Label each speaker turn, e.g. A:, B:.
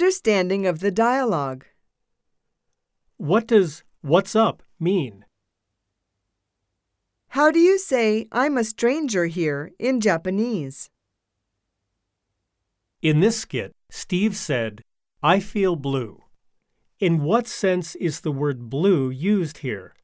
A: Understanding of the dialogue.
B: What does what's up mean?
A: How do you say I'm a stranger here in Japanese?
B: In this skit, Steve said, I feel blue. In what sense is the word blue used here?